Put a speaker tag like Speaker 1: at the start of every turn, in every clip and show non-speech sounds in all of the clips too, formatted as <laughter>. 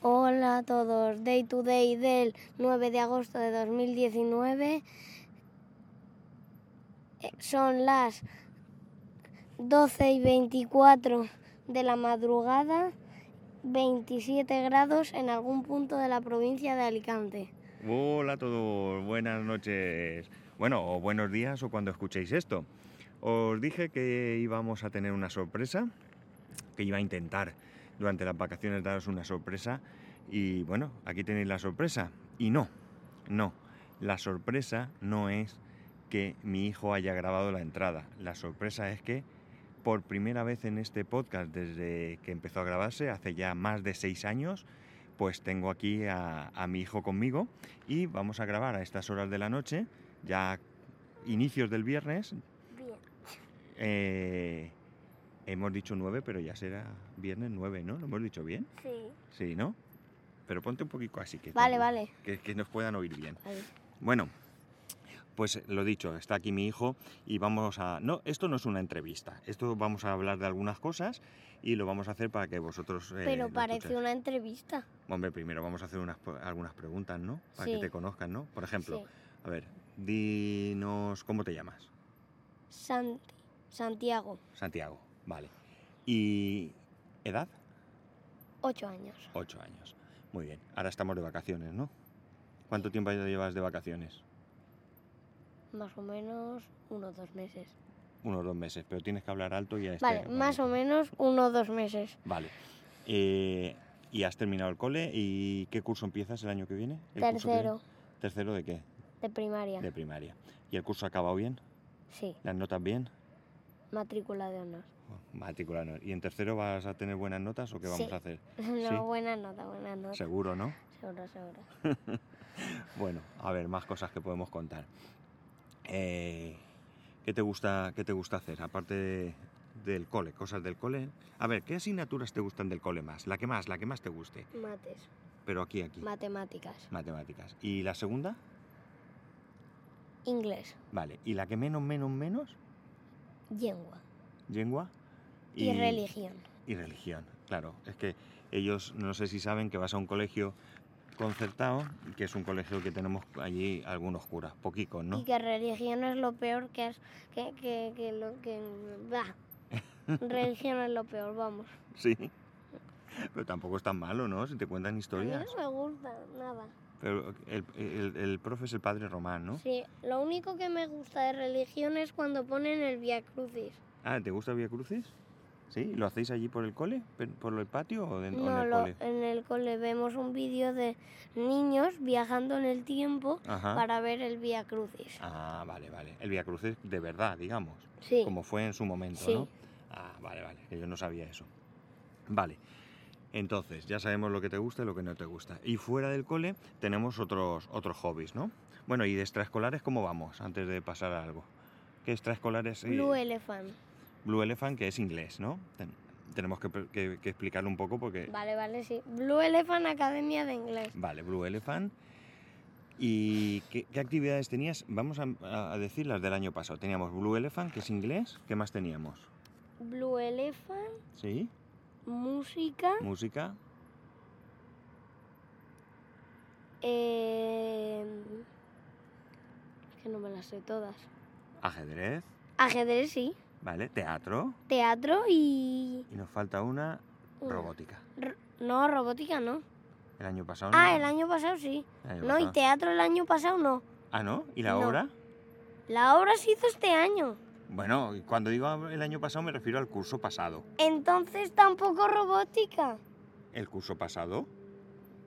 Speaker 1: Hola a todos, Day to Day del 9 de agosto de 2019. Eh, Son las 12 y 24 de la madrugada, 27 grados en algún punto de la provincia de Alicante.
Speaker 2: Hola a todos, buenas noches. Bueno, o buenos días o cuando escuchéis esto. Os dije que íbamos a tener una sorpresa, que iba a intentar durante las vacaciones daros una sorpresa y bueno, aquí tenéis la sorpresa. Y no, no, la sorpresa no es que mi hijo haya grabado la entrada, la sorpresa es que por primera vez en este podcast desde que empezó a grabarse, hace ya más de seis años, pues tengo aquí a, a mi hijo conmigo y vamos a grabar a estas horas de la noche, ya inicios del viernes. Eh, hemos dicho nueve, pero ya será viernes nueve, ¿no? ¿Lo hemos dicho bien?
Speaker 1: Sí.
Speaker 2: Sí, ¿no? Pero ponte un poquito así que,
Speaker 1: Vale, vale.
Speaker 2: que- que nos puedan oír bien.
Speaker 1: Vale.
Speaker 2: Bueno, pues lo dicho, está aquí mi hijo y vamos a... No, esto no es una entrevista, esto vamos a hablar de algunas cosas y lo vamos a hacer para que vosotros... eh,
Speaker 1: Pero
Speaker 2: lo
Speaker 1: parece
Speaker 2: escuchéis.
Speaker 1: una entrevista.
Speaker 2: Hombre, primero vamos a hacer unas, po- algunas preguntas, ¿no? Para
Speaker 1: Sí.
Speaker 2: que te conozcan, ¿no? Por ejemplo,
Speaker 1: Sí.
Speaker 2: a ver, dinos cómo te llamas.
Speaker 1: San- Santiago,
Speaker 2: Santiago, vale. ¿Y edad?
Speaker 1: 8 años.
Speaker 2: Ocho años. Muy bien, ahora estamos de vacaciones, ¿no? ¿Cuánto tiempo llevas de vacaciones?
Speaker 1: Más o menos uno o dos meses.
Speaker 2: Unos dos meses, pero tienes que hablar alto y a este-
Speaker 1: Vale, más o menos uno o dos meses.
Speaker 2: Vale. Eh, ¿Y has terminado el cole? ¿Y qué curso empiezas el año que viene? ¿El curso
Speaker 1: Tercero
Speaker 2: que viene? ¿Tercero de qué?
Speaker 1: de primaria.
Speaker 2: De primaria. ¿Y el curso ha acabado bien?
Speaker 1: Sí,
Speaker 2: ¿Las notas bien?
Speaker 1: matrícula de honor. <laughs>
Speaker 2: Matrícula no. ¿Y en tercero vas a tener buenas notas o qué vamos
Speaker 1: Sí.
Speaker 2: a hacer?
Speaker 1: No,
Speaker 2: Sí.
Speaker 1: buena nota, buena nota.
Speaker 2: Seguro, ¿no?
Speaker 1: Seguro, seguro.
Speaker 2: Bueno, a ver, más cosas que podemos contar. Eh, ¿qué, te gusta, ¿Qué te gusta hacer? Aparte de- del cole, cosas del cole. A ver, ¿qué asignaturas te gustan del cole más? La que más, la que más te guste.
Speaker 1: Mates,
Speaker 2: Pero aquí, aquí.
Speaker 1: matemáticas,
Speaker 2: Matemáticas. ¿Y la segunda?
Speaker 1: inglés,
Speaker 2: Vale, y la que menos, menos, menos,
Speaker 1: lengua
Speaker 2: lengua
Speaker 1: y, religión.
Speaker 2: Y religión, claro. Es que ellos no sé si saben que vas a un colegio concertado, que es un colegio que tenemos allí algunos curas, poquicos, ¿no?
Speaker 1: Y que religión es lo peor que es. Que, que, que lo que.
Speaker 2: <laughs>
Speaker 1: Bah. religión es lo peor, vamos.
Speaker 2: Sí. Pero tampoco es tan malo, ¿no? Si te cuentan
Speaker 1: A mí
Speaker 2: historias.
Speaker 1: no me gusta nada.
Speaker 2: Pero el, el- el profe es el padre román, ¿no?
Speaker 1: Sí, lo único que me gusta de religión es cuando ponen el Via Crucis.
Speaker 2: Ah, ¿te gusta Vía Crucis? ¿Sí? ¿Lo hacéis allí por el cole? ¿Por- ¿Por el patio o, de- o en
Speaker 1: No,
Speaker 2: el
Speaker 1: lo-
Speaker 2: cole?
Speaker 1: en el cole vemos un vídeo de niños viajando en el tiempo
Speaker 2: Ajá.
Speaker 1: para ver el Via Crucis.
Speaker 2: Ah, vale, vale. El Vía Crucis de verdad, digamos.
Speaker 1: Sí.
Speaker 2: como fue en su momento,
Speaker 1: Sí.
Speaker 2: ¿no? Ah, vale, vale, que yo no sabía eso. Vale, entonces ya sabemos lo que te gusta y lo que no te gusta. Y fuera del cole tenemos otros, otros hobbies, ¿no? Bueno, ¿y de extraescolares cómo vamos antes de pasar a algo? ¿Qué extraescolares? eh,
Speaker 1: Blue Elephant.
Speaker 2: Blue Elephant, que es inglés, ¿no? Ten- tenemos que, pre- que- que explicarlo un poco porque...
Speaker 1: Vale, vale, sí. Blue Elephant Academia de Inglés.
Speaker 2: Vale, Blue Elephant. ¿Y qué, qué actividades tenías? Vamos a, a decir las del año pasado. Teníamos Blue Elephant, que es inglés. ¿Qué más teníamos?
Speaker 1: Blue Elephant,
Speaker 2: ¿Sí?
Speaker 1: música,
Speaker 2: Música,
Speaker 1: eh, es que no me las sé todas.
Speaker 2: ajedrez,
Speaker 1: Ajedrez, sí.
Speaker 2: ¿vale? Teatro.
Speaker 1: Teatro y...
Speaker 2: Y nos falta una
Speaker 1: una.
Speaker 2: robótica.
Speaker 1: R- no, robótica no.
Speaker 2: El año pasado.
Speaker 1: Ah,
Speaker 2: no.
Speaker 1: el año pasado sí.
Speaker 2: El año
Speaker 1: No, y
Speaker 2: pasado.
Speaker 1: teatro el año pasado no.
Speaker 2: Ah, ¿no? ¿Y la
Speaker 1: No.
Speaker 2: obra?
Speaker 1: La obra se hizo este año.
Speaker 2: Bueno, y cuando digo el año pasado me refiero al curso pasado.
Speaker 1: Entonces tampoco robótica.
Speaker 2: ¿El curso pasado?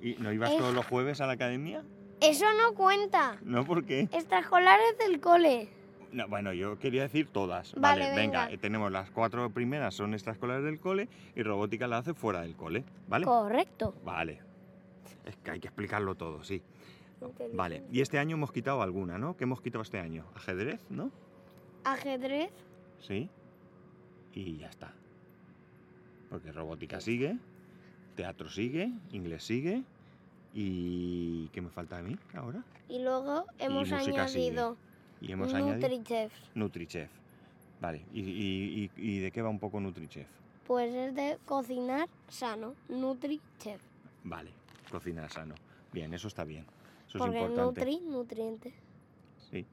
Speaker 2: ¿Y no ibas
Speaker 1: Es-
Speaker 2: todos los jueves a la academia?
Speaker 1: Eso no cuenta.
Speaker 2: No, ¿por qué?
Speaker 1: Extraescolares del cole.
Speaker 2: No, bueno, yo quería decir todas.
Speaker 1: Vale,
Speaker 2: venga.
Speaker 1: venga.
Speaker 2: eh, tenemos las cuatro primeras, son extraescolares del cole y robótica la hace fuera del cole, ¿vale?
Speaker 1: Correcto.
Speaker 2: Vale. Es que hay que explicarlo todo, sí. Vale, y este año hemos quitado alguna, ¿no? ¿Qué hemos quitado este año? Ajedrez, ¿no?
Speaker 1: Ajedrez.
Speaker 2: Sí. Y ya está. Porque robótica sigue, teatro sigue, inglés sigue. ¿Y qué me falta a mí ahora?
Speaker 1: Y luego hemos
Speaker 2: música sigue.
Speaker 1: añadido
Speaker 2: Y hemos añadido
Speaker 1: Nutrichef.
Speaker 2: Nutrichef. Vale, ¿Y, y, y- y de qué va un poco Nutrichef?
Speaker 1: Pues es de cocinar sano. Nutrichef.
Speaker 2: Vale, cocinar sano. Bien, eso está bien. Eso
Speaker 1: Porque
Speaker 2: es importante.
Speaker 1: nutri, nutriente.
Speaker 2: Sí,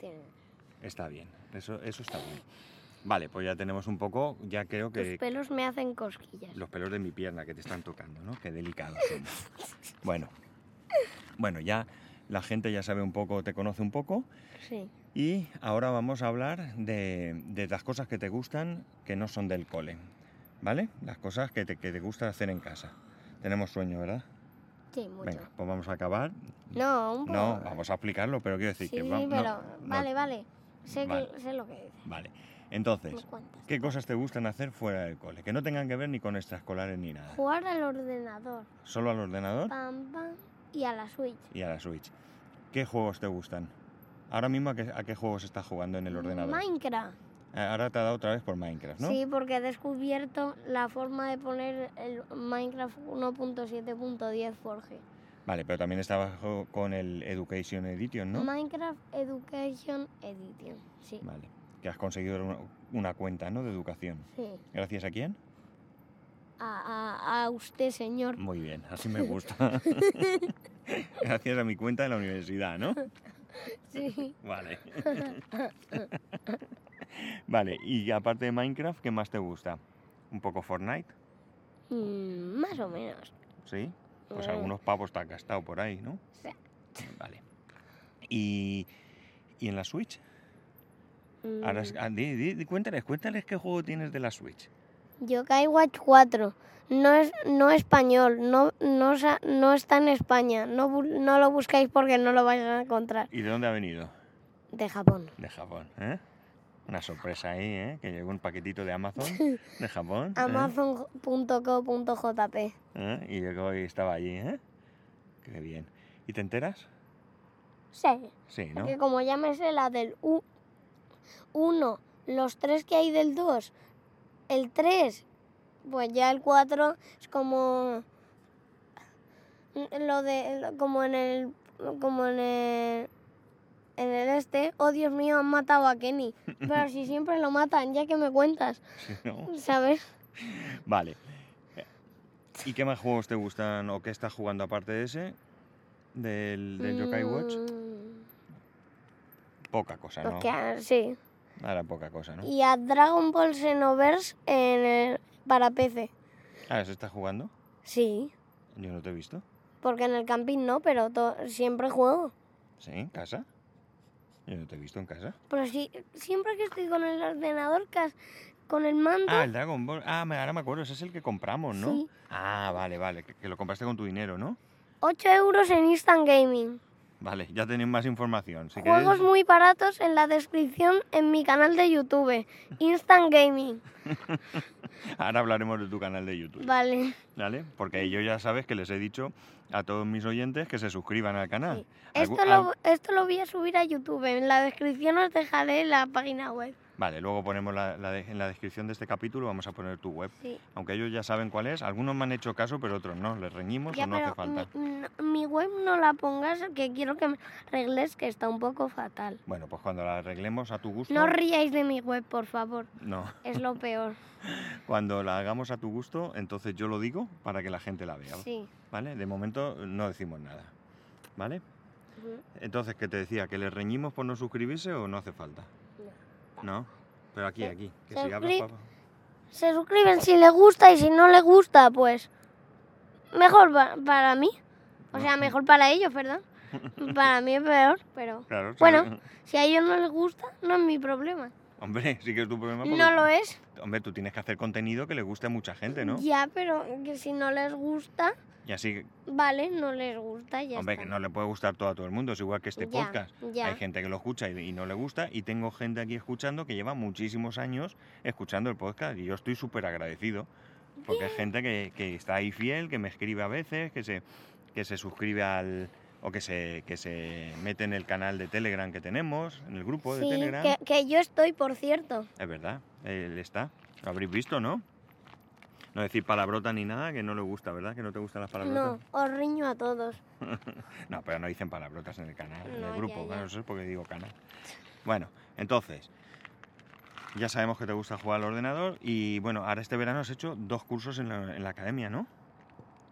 Speaker 1: Tiene.
Speaker 2: está bien. Eso, eso está bien. Vale, pues ya tenemos un poco, ya creo que
Speaker 1: Tus pelos me hacen cosquillas.
Speaker 2: los pelos de mi pierna que te están tocando, ¿no? Qué delicados
Speaker 1: <laughs>
Speaker 2: somos. Bueno, bueno, ya la gente ya sabe un poco, te conoce un poco.
Speaker 1: Sí.
Speaker 2: Y ahora vamos a hablar de, de las cosas que te gustan que no son del cole, ¿vale? Las cosas que te, que te gusta hacer en casa. Tenemos sueño, ¿verdad?
Speaker 1: Sí, mucho.
Speaker 2: Venga, pues vamos a acabar.
Speaker 1: No, un poco.
Speaker 2: No, vamos a explicarlo, pero quiero decir
Speaker 1: Sí,
Speaker 2: que
Speaker 1: sí,
Speaker 2: va- no,
Speaker 1: pero
Speaker 2: no-
Speaker 1: vale, vale. Sé, que-
Speaker 2: Vale.
Speaker 1: sé lo que dices.
Speaker 2: Vale.
Speaker 1: Me
Speaker 2: Entonces,
Speaker 1: cuentas.
Speaker 2: ¿qué cosas te gustan hacer fuera del cole? Que no tengan que ver ni con extraescolares ni nada.
Speaker 1: Jugar al ordenador.
Speaker 2: Solo al ordenador
Speaker 1: Pam, pam. Y a la Switch.
Speaker 2: y a la Switch. ¿Qué juegos te gustan? Ahora mismo, ¿a qué, a qué juegos estás jugando en el ordenador?
Speaker 1: Minecraft.
Speaker 2: Ah, Ahora te ha dado otra vez por Minecraft, ¿no?
Speaker 1: Sí, porque he descubierto la forma de poner el Minecraft 1.7.10 Forge.
Speaker 2: Vale, pero también estabas jo- con el Education Edition, ¿no?
Speaker 1: Minecraft Education Edition. Sí.
Speaker 2: Vale. Que has conseguido una, una cuenta, ¿no? De educación.
Speaker 1: Sí.
Speaker 2: ¿Gracias a quién?
Speaker 1: A, a- a usted, señor.
Speaker 2: Muy bien, así me gusta. Gracias a mi cuenta de la universidad, ¿no?
Speaker 1: Sí.
Speaker 2: Vale. vale, y aparte de Minecraft, ¿qué más te gusta? ¿Un poco Fortnite?
Speaker 1: Mm, más o menos.
Speaker 2: ¿Sí? Pues
Speaker 1: Mm.
Speaker 2: algunos pavos te has gastado por ahí, ¿no?
Speaker 1: Sí.
Speaker 2: Vale. ¿Y, y en la Switch?
Speaker 1: Mm,
Speaker 2: Ahora, es- ah, di- di- di- cuéntales, cuéntales qué juego tienes de la Switch.
Speaker 1: Yokai Watch 4. No es no español, no, no, sa- no está en España. No, bu- no lo buscáis porque no lo vais a encontrar.
Speaker 2: ¿Y de dónde ha venido?
Speaker 1: De Japón.
Speaker 2: De Japón, ¿eh? Una sorpresa ahí, ¿eh? Que llegó un paquetito de <laughs> Amazon de Japón. ¿eh?
Speaker 1: Amazon.co.jp.
Speaker 2: ¿Eh? Y llegó y estaba allí, ¿eh? Qué bien. ¿Y te enteras?
Speaker 1: Sí.
Speaker 2: Sí, ¿no?
Speaker 1: Porque como ya me sé la del 1, los tres que hay del 2, el 3, pues ya el 4 es como mm, lo de lo- como en el como en el en el este, oh Dios mío, han matado a Kenny.
Speaker 2: <laughs>
Speaker 1: Pero si siempre lo matan, ya que me cuentas,
Speaker 2: Sí, <laughs> ¿no?
Speaker 1: ¿sabes?
Speaker 2: Vale. ¿Y qué más juegos te gustan o qué estás jugando aparte de ese? Del, del Yokai Watch.
Speaker 1: Mm,
Speaker 2: Mm, Poca cosa, ¿no?
Speaker 1: porque, ah, sí.
Speaker 2: Ahora poca cosa, ¿no?
Speaker 1: Y a Dragon Ball Xenoverse en el- para PC.
Speaker 2: Ahora Ah, se está jugando.
Speaker 1: Sí.
Speaker 2: Yo no te he visto.
Speaker 1: Porque en el camping no, pero to- siempre juego.
Speaker 2: ¿Sí? ¿En casa? Yo no te he visto en casa.
Speaker 1: Pero sí, siempre que estoy con el ordenador, cas- con el mando,
Speaker 2: Ah, el Dragon Ball. Ah, me- ahora me acuerdo, ese es el que compramos, ¿no?
Speaker 1: Sí.
Speaker 2: Ah, vale, vale, que, que lo compraste con tu dinero, ¿no?
Speaker 1: 8 euros en Instant Gaming.
Speaker 2: Vale, ya tenéis más información. Si queréis-
Speaker 1: Juegos muy baratos en la descripción en mi canal de YouTube. Instant Gaming.
Speaker 2: Ahora hablaremos de tu canal de YouTube,
Speaker 1: Vale.
Speaker 2: ¿vale? Porque yo ya sabes que les he dicho a todos mis oyentes que se suscriban al canal.
Speaker 1: Sí.
Speaker 2: Algu-
Speaker 1: Esto
Speaker 2: al-
Speaker 1: lo, esto lo voy a subir a YouTube. En la descripción os dejaré la página web.
Speaker 2: Vale, luego ponemos la, la de- en la descripción de este capítulo, vamos a poner tu web.
Speaker 1: Sí.
Speaker 2: Aunque ellos ya saben cuál es, algunos me han hecho caso, pero otros no, les reñimos o
Speaker 1: Ya,
Speaker 2: pues no hace
Speaker 1: pero
Speaker 2: falta.
Speaker 1: mi, no- mi web no la pongas, que quiero que me arregles, que está un poco fatal.
Speaker 2: Bueno, pues cuando la arreglemos a tu gusto...
Speaker 1: No os ríais de mi web, por favor.
Speaker 2: no,
Speaker 1: Es lo peor.
Speaker 2: cuando la hagamos a tu gusto, entonces yo lo digo para que la gente la vea,
Speaker 1: Sí.
Speaker 2: ¿vale? De momento no decimos nada, ¿vale? Entonces, ¿qué te decía? ¿Que les reñimos por no suscribirse o no hace falta? No, pero aquí,
Speaker 1: Se-
Speaker 2: aquí. Que
Speaker 1: Eh, se
Speaker 2: si hablas,
Speaker 1: suscri-
Speaker 2: papá.
Speaker 1: Se suscriben si les gusta y si no les gusta, pues mejor pa- para mí. O sea, mejor para ellos, perdón.
Speaker 2: <laughs>
Speaker 1: Para mí es peor, pero
Speaker 2: Claro, sí.
Speaker 1: Bueno. si a ellos no les gusta, no es mi problema.
Speaker 2: <laughs> Hombre, sí que es tu problema. porque-
Speaker 1: No lo es.
Speaker 2: Hombre, tú tienes que hacer contenido que le guste a mucha gente, ¿no?
Speaker 1: Ya, pero que si no les gusta,
Speaker 2: Y así,
Speaker 1: vale, no les gusta, ya
Speaker 2: hombre,
Speaker 1: está.
Speaker 2: que no le puede gustar todo a todo el mundo, es igual que este
Speaker 1: Ya,
Speaker 2: podcast.
Speaker 1: ya.
Speaker 2: Hay gente que lo escucha y, y no le gusta, y tengo gente aquí escuchando que lleva muchísimos años escuchando el podcast, y yo estoy súper agradecido, porque hay gente que, que está ahí fiel, que me escribe a veces, que se, que se suscribe al... o que se, que se mete en el canal de Telegram que tenemos, en el grupo de
Speaker 1: Sí,
Speaker 2: Telegram.
Speaker 1: que, que yo estoy, por cierto.
Speaker 2: Es verdad, él está. Lo habréis visto, ¿no? No decir palabrota ni nada, que no le gusta, ¿verdad? Que no te gustan
Speaker 1: No,
Speaker 2: las palabrotas.
Speaker 1: os riño a todos.
Speaker 2: No, pero no dicen palabrotas en el canal, en
Speaker 1: No,
Speaker 2: el
Speaker 1: ya,
Speaker 2: grupo.
Speaker 1: ya.
Speaker 2: Bueno, eso es porque digo canal. Bueno, entonces, ya sabemos que te gusta jugar al ordenador y bueno, ahora este verano has hecho dos cursos en la, en la academia, ¿no?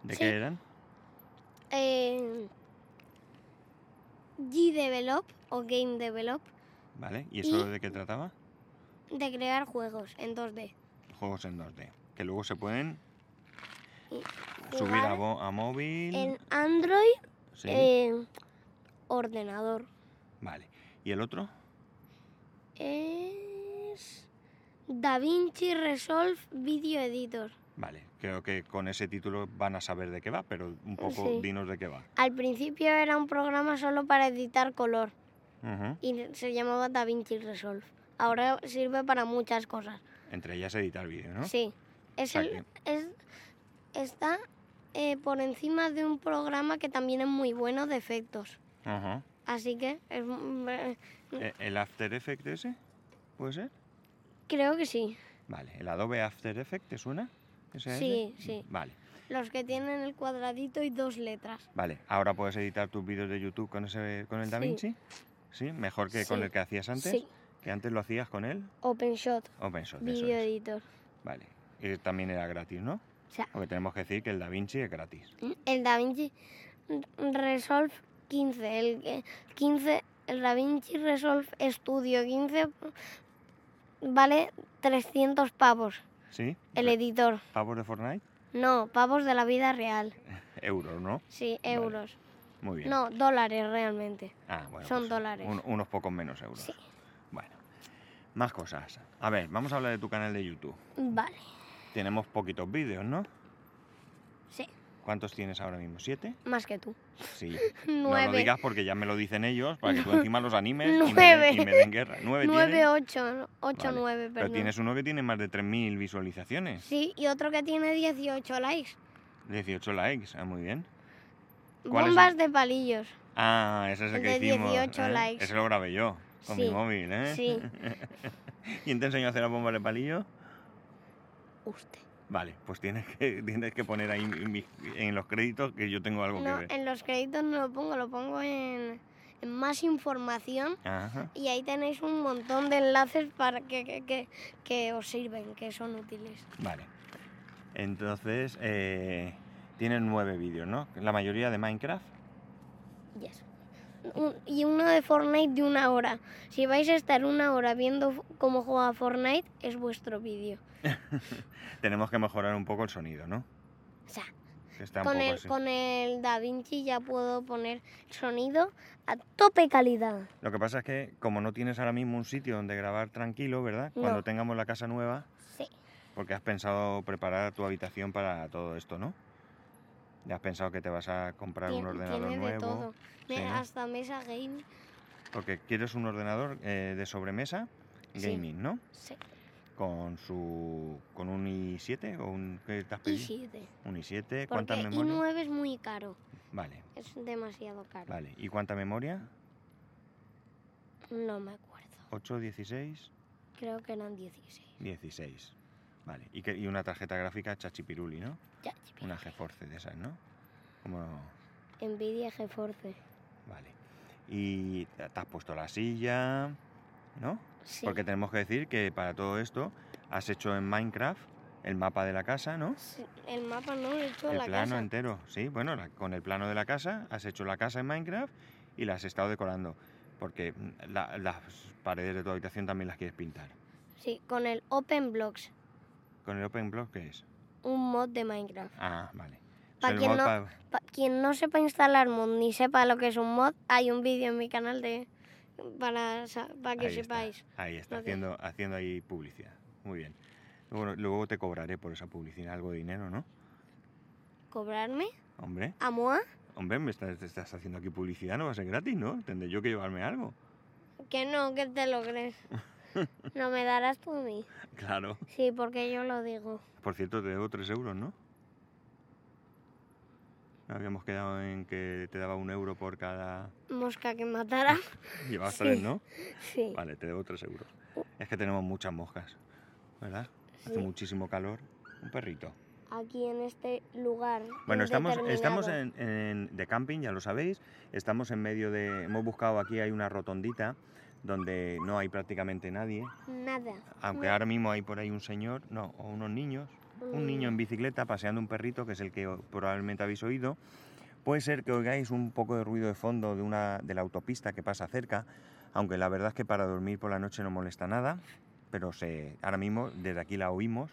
Speaker 2: ¿De
Speaker 1: Sí.
Speaker 2: qué eran?
Speaker 1: eh, G-Develop o Game Develop
Speaker 2: ¿Vale? ¿Y eso
Speaker 1: Y-
Speaker 2: de qué trataba?
Speaker 1: de crear juegos en 2D.
Speaker 2: Juegos en 2D, que luego se pueden
Speaker 1: Y
Speaker 2: subir a,
Speaker 1: jugar
Speaker 2: bo- a móvil.
Speaker 1: En Android,
Speaker 2: Sí,
Speaker 1: eh, ordenador.
Speaker 2: Vale. ¿Y el otro?
Speaker 1: Es DaVinci Resolve Video Editor.
Speaker 2: Vale, creo que con ese título van a saber de qué va, pero un poco
Speaker 1: Sí.
Speaker 2: dinos de qué va.
Speaker 1: Al principio era un programa solo para editar color
Speaker 2: Ujú.
Speaker 1: y se llamaba DaVinci Resolve. Ahora sirve para muchas cosas.
Speaker 2: Entre ellas editar vídeo, ¿no?
Speaker 1: Sí. Es
Speaker 2: sea
Speaker 1: el- es- está eh, por encima de un programa que también es muy bueno de efectos.
Speaker 2: Ujú.
Speaker 1: Así que es mm, eh, m-
Speaker 2: ¿E- ¿El After Effects ese? ¿Puede ser?
Speaker 1: creo que sí.
Speaker 2: Vale, ¿el Adobe After Effects te suena? ¿Ese-
Speaker 1: Sí,
Speaker 2: ese?
Speaker 1: sí.
Speaker 2: Vale,
Speaker 1: Los que tienen el cuadradito y dos letras.
Speaker 2: vale. ¿Ahora puedes editar tus vídeos de YouTube con, ese, con el
Speaker 1: Sí.
Speaker 2: DaVinci? Sí. ¿Mejor que con
Speaker 1: Sí.
Speaker 2: el que hacías antes?
Speaker 1: Sí.
Speaker 2: ¿Que antes lo hacías con él?
Speaker 1: OpenShot,
Speaker 2: OpenShot, eso
Speaker 1: Video
Speaker 2: es.
Speaker 1: Editor.
Speaker 2: Vale. Y también era gratis, ¿no?
Speaker 1: O sea,
Speaker 2: Porque tenemos que decir que el DaVinci es gratis.
Speaker 1: el DaVinci Resolve 15, el que- 15, el DaVinci Resolve Studio 15 vale 300 pavos
Speaker 2: ¿Sí?
Speaker 1: el
Speaker 2: Re-
Speaker 1: editor.
Speaker 2: ¿Pavos de Fortnite?
Speaker 1: No, pavos de la vida real.
Speaker 2: Euros, ¿no?
Speaker 1: Sí,
Speaker 2: Vale.
Speaker 1: euros.
Speaker 2: Muy bien.
Speaker 1: No, dólares realmente.
Speaker 2: Ah, bueno,
Speaker 1: Son dólares.
Speaker 2: un- unos pocos menos euros.
Speaker 1: Sí.
Speaker 2: Bueno, más cosas. A ver, vamos a hablar de tu canal de YouTube.
Speaker 1: Vale,
Speaker 2: Tenemos poquitos vídeos, ¿no?
Speaker 1: sí,
Speaker 2: ¿Cuántos tienes ahora mismo? ¿Siete?
Speaker 1: más que tú.
Speaker 2: Sí. No lo
Speaker 1: Nueve.
Speaker 2: digas porque ya me lo dicen ellos, para que tú encima los animes y me den-
Speaker 1: Nueve.
Speaker 2: Y, me den, guerra. Nueve,
Speaker 1: Nueve,
Speaker 2: tienes.
Speaker 1: ocho, ocho,
Speaker 2: Vale.
Speaker 1: nueve,
Speaker 2: Pero
Speaker 1: perdón.
Speaker 2: tienes uno que tiene más de 3.000 visualizaciones.
Speaker 1: Sí, y otro que tiene 18 likes.
Speaker 2: 18 likes. Ah, muy bien. ¿Cuál es
Speaker 1: Bombas
Speaker 2: el-
Speaker 1: de palillos.
Speaker 2: Ah, ese es el,
Speaker 1: El
Speaker 2: que
Speaker 1: de
Speaker 2: hicimos.
Speaker 1: 18
Speaker 2: ¿eh?
Speaker 1: likes.
Speaker 2: Ese lo grabé yo, con mi
Speaker 1: Sí.
Speaker 2: móvil, ¿eh? <laughs>
Speaker 1: Sí,
Speaker 2: ¿Quién te enseñó a hacer la bomba de palillo?
Speaker 1: usted.
Speaker 2: Vale, pues tienes que, <laughs> tienes que poner ahí en mis- en los créditos que yo tengo algo
Speaker 1: No, eh,
Speaker 2: que ver.
Speaker 1: en los créditos no lo pongo, lo pongo en, en más información
Speaker 2: Ajá.
Speaker 1: y ahí tenéis un montón de enlaces para que, que, que- que os sirven, que son útiles.
Speaker 2: Vale. Entonces, eh, tienen nueve vídeos, ¿no? La mayoría de Minecraft.
Speaker 1: Yes. Un- y uno de Fortnite de una hora. Si vais a estar una hora viendo f- cómo juega Fortnite, es vuestro vídeo.
Speaker 2: Tenemos que mejorar un poco el sonido, ¿no?
Speaker 1: O sea,
Speaker 2: Que está un
Speaker 1: con
Speaker 2: poco
Speaker 1: el,
Speaker 2: así.
Speaker 1: con el DaVinci ya puedo poner sonido a tope calidad.
Speaker 2: Lo que pasa es que, como no tienes ahora mismo un sitio donde grabar tranquilo, ¿verdad?
Speaker 1: No.
Speaker 2: Cuando tengamos la casa nueva,
Speaker 1: Sí.
Speaker 2: porque has pensado preparar tu habitación para todo esto, ¿no? Ya has pensado que te vas a comprar
Speaker 1: Tien-
Speaker 2: un ordenador
Speaker 1: tiene
Speaker 2: nuevo.
Speaker 1: de todo. Me-
Speaker 2: Sí, ¿no?
Speaker 1: Hasta mesa game.
Speaker 2: Porque quieres un ordenador eh, de sobremesa
Speaker 1: Sí.
Speaker 2: gaming, ¿no?
Speaker 1: Sí.
Speaker 2: Con su con un i7 o un ¿qué te has
Speaker 1: Y
Speaker 2: pedido?
Speaker 1: 7.
Speaker 2: Un <laughs> i7,
Speaker 1: Porque
Speaker 2: ¿cuánta memoria?
Speaker 1: i9 es muy caro.
Speaker 2: Vale,
Speaker 1: Es demasiado caro.
Speaker 2: vale. ¿Y cuánta memoria?
Speaker 1: No me acuerdo.
Speaker 2: 8, 16,
Speaker 1: Creo que eran 16.
Speaker 2: 16. Vale. Y, que- y una tarjeta gráfica chachipiruli, ¿no?
Speaker 1: Ya,
Speaker 2: Una GeForce de esas, ¿no? Como
Speaker 1: Nvidia GeForce.
Speaker 2: vale. Y te te has puesto la silla, ¿no?
Speaker 1: Sí.
Speaker 2: Porque tenemos que decir que para todo esto has hecho en Minecraft el mapa de la casa, ¿no?
Speaker 1: Sí, El mapa no lo he hecho a
Speaker 2: El
Speaker 1: la
Speaker 2: plano
Speaker 1: casa.
Speaker 2: entero, sí. Bueno, la- con el plano de la casa has hecho la casa en Minecraft y la has estado decorando. Porque mm, la- las paredes de tu habitación también las quieres pintar.
Speaker 1: Sí, con el Open Blocks,
Speaker 2: ¿Con el Open Block qué es?
Speaker 1: un mod de Minecraft.
Speaker 2: Ah, vale.
Speaker 1: Pa'
Speaker 2: el
Speaker 1: quien
Speaker 2: mod
Speaker 1: no-
Speaker 2: pa-
Speaker 1: Pa- quien no sepa instalar mod ni sepa lo que es un mod, hay un vídeo en mi canal de para, sa- para que
Speaker 2: ahí está,
Speaker 1: sepáis.
Speaker 2: ahí está,
Speaker 1: Ok.
Speaker 2: haciendo, haciendo ahí publicidad. Muy bien. Luego, luego te cobraré por esa publicidad algo de dinero, ¿no?
Speaker 1: ¿Cobrarme?
Speaker 2: Hombre,
Speaker 1: ¿A MOA?
Speaker 2: hombre, me estás, te estás haciendo aquí publicidad, no va a ser gratis, ¿no? Tendré yo que llevarme algo. <laughs>
Speaker 1: Que no, que te lo crees. No me darás tú a mí.
Speaker 2: Claro.
Speaker 1: Sí, porque yo lo digo.
Speaker 2: Por cierto, te debo 3 euros, ¿no? ¿No Habíamos quedado en que te daba un euro por cada...
Speaker 1: Mosca que matara.
Speaker 2: Llevabas
Speaker 1: Sí.
Speaker 2: tres, ¿no?
Speaker 1: Sí.
Speaker 2: Vale, te debo 3 euros. Es que tenemos muchas moscas, ¿verdad? Hace
Speaker 1: Sí.
Speaker 2: muchísimo calor. Un perrito.
Speaker 1: Aquí en este lugar.
Speaker 2: Bueno, estamos, estamos
Speaker 1: indeterminado.
Speaker 2: en, en- de camping, ya lo sabéis. Estamos en medio de... Hemos buscado aquí, hay una rotondita donde no hay prácticamente nadie.
Speaker 1: Nada.
Speaker 2: Aunque ahora mismo hay por ahí un señor, no,
Speaker 1: Mm.
Speaker 2: o unos niños, un niño en bicicleta paseando un perrito, que es el que o- probablemente habéis oído, Puede ser que oigáis un poco de ruido de fondo de, una, de la autopista que pasa cerca, aunque la verdad es que para dormir por la noche no molesta nada, pero se, ahora mismo desde aquí la oímos.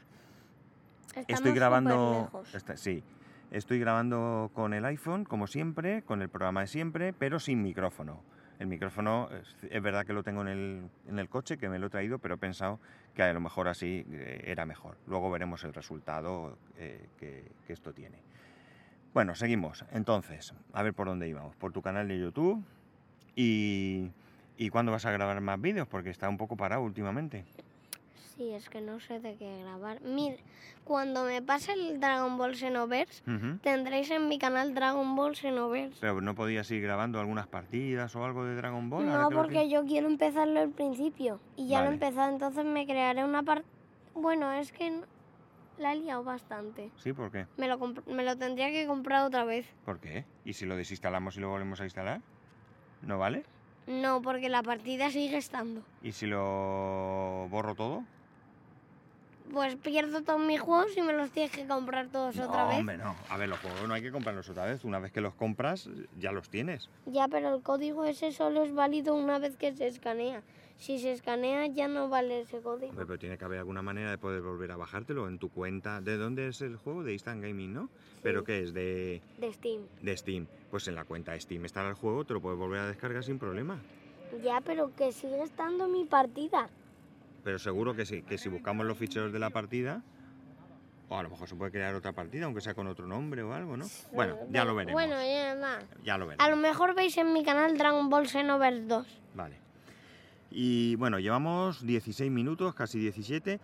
Speaker 2: estoy
Speaker 1: Estamos
Speaker 2: grabando,
Speaker 1: superlejos.
Speaker 2: esta- sí, estoy grabando con el iPhone como siempre, con el programa de siempre, pero sin micrófono. El micrófono es, es verdad que lo tengo en el, en el coche, que me lo he traído, pero he pensado que a lo mejor así eh, era mejor. Luego veremos el resultado eh, que, que esto tiene. Bueno, seguimos. Entonces, a ver por dónde íbamos. Por tu canal de YouTube y, y cuándo vas a grabar más vídeos, porque está un poco parado últimamente.
Speaker 1: Sí, es que no sé de qué grabar. Mir, cuando me pase el Dragon Ball Xenoverse,
Speaker 2: Ujú.
Speaker 1: tendréis en mi canal Dragon Ball Xenoverse.
Speaker 2: Pero no podías ir grabando algunas partidas o algo de Dragon Ball. ahora
Speaker 1: no,
Speaker 2: que lo
Speaker 1: porque yo quiero empezarlo al principio. Y ya lo
Speaker 2: Vale.
Speaker 1: he empezado, entonces me crearé una parte... Bueno, es que n- la he liado bastante.
Speaker 2: pi- Sí, ¿por qué?
Speaker 1: Me lo, comp- me lo tendría que comprar otra vez.
Speaker 2: ¿Por qué? ¿Y si lo desinstalamos y lo volvemos a instalar? ¿No vale?
Speaker 1: No, porque la partida sigue estando.
Speaker 2: ¿Y si lo borro todo?
Speaker 1: Pues pierdo todos mis juegos y me los tienes que comprar todos otra vez.
Speaker 2: hombre, no. A ver, los juegos no hay que comprarlos otra vez. Una vez que los compras, ya los tienes.
Speaker 1: Ya, pero el código ese solo es válido una vez que se escanea. Si se escanea ya no vale ese código.
Speaker 2: Hombre, pero tiene que haber alguna manera de poder volver a bajártelo en tu cuenta. ¿De dónde es el juego? De Instant Gaming, ¿no? ¿Pero qué es? De,
Speaker 1: De Steam.
Speaker 2: de Steam. Pues en la cuenta de Steam estará el juego, te lo puedes volver a descargar sin problema.
Speaker 1: Ya, pero que sigue estando mi partida.
Speaker 2: Pero seguro que sí, que si buscamos los ficheros de la partida, o a lo mejor se puede crear otra partida, aunque sea con otro nombre o algo, ¿no? Bueno, ya lo veremos.
Speaker 1: Bueno, ya va.
Speaker 2: ya lo
Speaker 1: A lo
Speaker 2: veremos.
Speaker 1: mejor veis en mi canal Dragon Ball Xenoverse 2.
Speaker 2: Vale. Y bueno, llevamos 16 minutos, casi 17.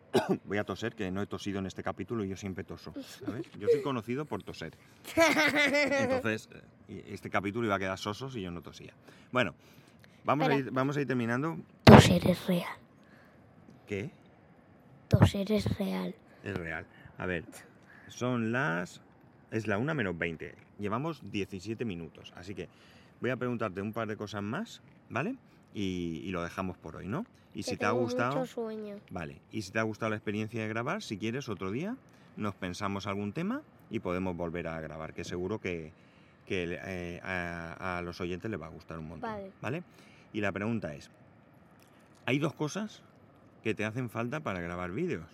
Speaker 2: <coughs> Voy a toser, que no he tosido en este capítulo y yo siempre toso. ¿sabes? Yo soy conocido por toser. Entonces, eh, este capítulo iba a quedar sosos y yo no tosía. Bueno, vamos, a
Speaker 1: Espera.
Speaker 2: ir, vamos a ir terminando.
Speaker 1: Toser es real.
Speaker 2: ¿Qué?
Speaker 1: Toser es real.
Speaker 2: Es real. A ver, son las... Es la 1 menos 20. Llevamos 17 minutos. Así que voy a preguntarte un par de cosas más, ¿vale? Y, y lo dejamos por hoy, ¿no? Y si
Speaker 1: Que
Speaker 2: te ha
Speaker 1: tengo
Speaker 2: gustado...
Speaker 1: Mucho sueño.
Speaker 2: Vale. Y si te ha gustado la experiencia de grabar, si quieres otro día, nos pensamos algún tema y podemos volver a grabar, que seguro que, que, eh, a, a los oyentes les va a gustar un montón.
Speaker 1: Vale.
Speaker 2: Y la pregunta es, hay dos cosas que te hacen falta para grabar vídeos,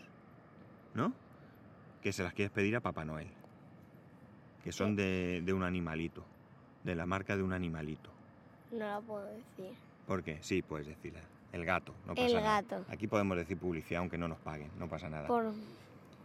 Speaker 2: ¿no? Que se las quieres pedir a Papá Noel, que son de, de un animalito, de la marca de un animalito.
Speaker 1: No lo puedo decir.
Speaker 2: ¿Por qué? Sí, puedes decirla. El gato, no pasa
Speaker 1: El
Speaker 2: nada.
Speaker 1: gato.
Speaker 2: Aquí podemos decir publicidad aunque no nos paguen, no pasa nada.
Speaker 1: Por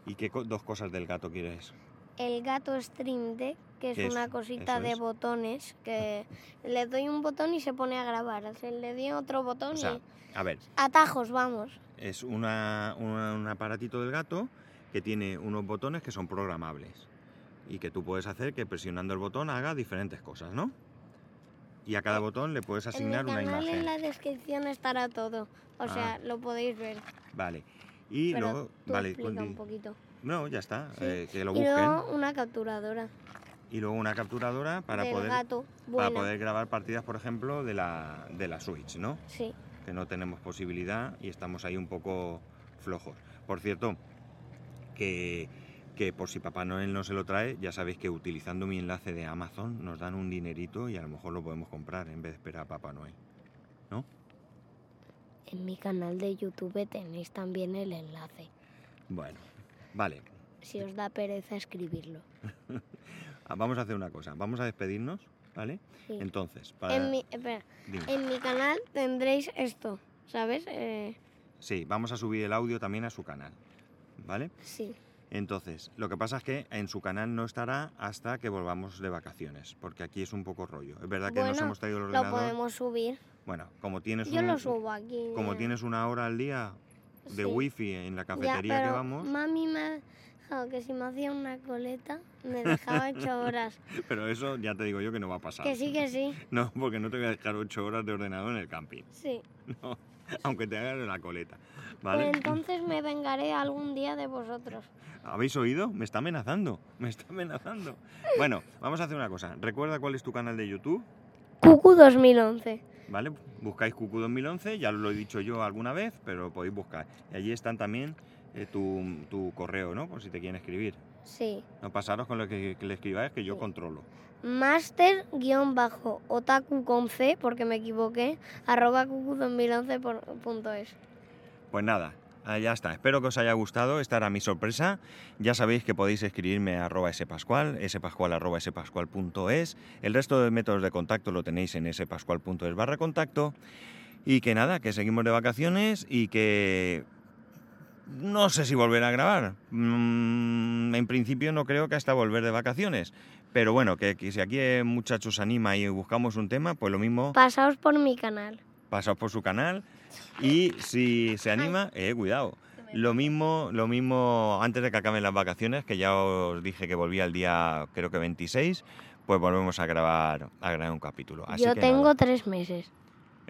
Speaker 2: ¿Y qué co- dos cosas del gato quieres?
Speaker 1: el gato Stream Deck, que es
Speaker 2: ¿Qué es?
Speaker 1: una cosita
Speaker 2: Eso
Speaker 1: de
Speaker 2: es.
Speaker 1: botones, que le doy un botón y se pone a grabar. Se le di otro botón
Speaker 2: O sea,
Speaker 1: y...
Speaker 2: a ver,
Speaker 1: Atajos, vamos.
Speaker 2: es una- una- un aparatito del gato que tiene unos botones que son programables y que tú puedes hacer que presionando el botón haga diferentes cosas, ¿no? Y a cada botón le puedes asignar
Speaker 1: Eh, en mi
Speaker 2: una
Speaker 1: canal en
Speaker 2: imagen.
Speaker 1: la descripción estará todo. O sea,
Speaker 2: Ah.
Speaker 1: lo podéis ver.
Speaker 2: Vale. Y
Speaker 1: pero
Speaker 2: luego,
Speaker 1: tú
Speaker 2: vale,
Speaker 1: explica
Speaker 2: cuando-
Speaker 1: un poquito.
Speaker 2: no, ya está,
Speaker 1: Sí.
Speaker 2: eh, que lo
Speaker 1: Y
Speaker 2: busquen.
Speaker 1: luego una capturadora
Speaker 2: Y luego una capturadora para
Speaker 1: del
Speaker 2: poder
Speaker 1: gato.
Speaker 2: para
Speaker 1: Buena.
Speaker 2: poder grabar partidas, por ejemplo, de la, de la Switch, ¿no?
Speaker 1: Sí.
Speaker 2: que no tenemos posibilidad y estamos ahí un poco flojos. Por cierto, que, que por si Papá Noel no se lo trae, ya sabéis que utilizando mi enlace de Amazon nos dan un dinerito y a lo mejor lo podemos comprar en vez de esperar a Papá Noel.
Speaker 1: En mi canal de YouTube tenéis también el enlace.
Speaker 2: Bueno, vale,
Speaker 1: Si os da pereza escribirlo.
Speaker 2: ah, vamos a hacer una cosa, vamos a despedirnos, ¿vale?
Speaker 1: Sí.
Speaker 2: Entonces, para...
Speaker 1: En, mi, espera,
Speaker 2: dime.
Speaker 1: en mi canal tendréis esto, ¿sabes? Eh,
Speaker 2: Sí, vamos a subir el audio también a su canal, ¿vale?
Speaker 1: sí.
Speaker 2: Entonces, lo que pasa es que en su canal no estará hasta que volvamos de vacaciones, porque aquí es un poco rollo. Es verdad que nos
Speaker 1: Bueno,
Speaker 2: hemos traído el
Speaker 1: Lo
Speaker 2: ordenador.
Speaker 1: podemos subir.
Speaker 2: Bueno, como tienes
Speaker 1: Yo
Speaker 2: un-
Speaker 1: lo subo aquí.
Speaker 2: como
Speaker 1: eh,
Speaker 2: tienes una hora al día de
Speaker 1: Sí.
Speaker 2: wifi en la
Speaker 1: ya,
Speaker 2: cafetería que
Speaker 1: pero
Speaker 2: vamos,
Speaker 1: Mami me ha dejado que si me hacía una coleta me
Speaker 2: <laughs>
Speaker 1: dejaba ocho horas.
Speaker 2: pero eso ya te digo yo que no va a pasar.
Speaker 1: que sí, que sí.
Speaker 2: No, porque no te voy a dejar ocho horas de ordenador en el camping, <laughs>
Speaker 1: Sí.
Speaker 2: no, aunque te hagan la coleta,
Speaker 1: Pero
Speaker 2: ¿vale?
Speaker 1: entonces me vengaré algún día de vosotros.
Speaker 2: ¿Habéis oído? Me está amenazando, me está amenazando. Bueno, vamos a hacer una cosa. Recuerda cuál es tu canal de YouTube.
Speaker 1: Cucu 2011.
Speaker 2: ¿vale? Buscáis Cucu 2011, ya lo he dicho yo alguna vez, pero lo podéis buscar. Y allí están también eh, tu, tu correo, ¿no? Por si te quieren escribir.
Speaker 1: Sí.
Speaker 2: No pasaros con lo que, que le escribáis, que yo
Speaker 1: Sí.
Speaker 2: controlo.
Speaker 1: Master-otaku con C, porque me equivoqué, arroba cucu2011.es.
Speaker 2: Pues nada, ah, ya está. Espero que os haya gustado. Esta era mi sorpresa. Ya sabéis que podéis escribirme a arroba spascual, spascual arroba spascual punto es. El resto de métodos de contacto lo tenéis en spascual.es barra contacto. Y que nada, que seguimos de vacaciones y que... No sé si volver a grabar. Mm, en principio no creo que hasta volver de vacaciones. Pero bueno, que, que si aquí eh, muchachos se anima y buscamos un tema, pues lo mismo
Speaker 1: Pasaos por mi canal.
Speaker 2: pasaos por su canal y si se anima, eh, cuidado. Lo mismo, lo mismo antes de que acaben las vacaciones, que ya os dije que volvía el día creo que 26, pues volvemos a grabar, a grabar un capítulo. Así
Speaker 1: Yo
Speaker 2: que
Speaker 1: tengo
Speaker 2: nada,
Speaker 1: tres meses.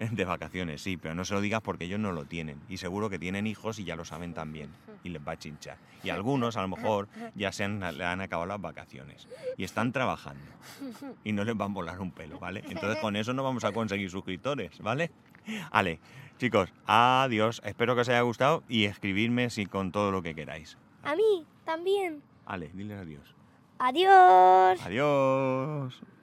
Speaker 2: <laughs> de vacaciones, sí, pero no se lo digas porque ellos no lo tienen. Y seguro que tienen hijos y ya lo saben también. Y les va a chinchar. Y algunos a lo mejor ya se han, le han acabado las vacaciones. Y están trabajando. Y no les van a volar un pelo, ¿vale? Entonces con eso no vamos a conseguir suscriptores, ¿vale? Vale, chicos, adiós. Espero que os haya gustado y escribirme si con todo lo que queráis.
Speaker 1: A mí también.
Speaker 2: Ale, diles adiós.
Speaker 1: Adiós.
Speaker 2: Adiós.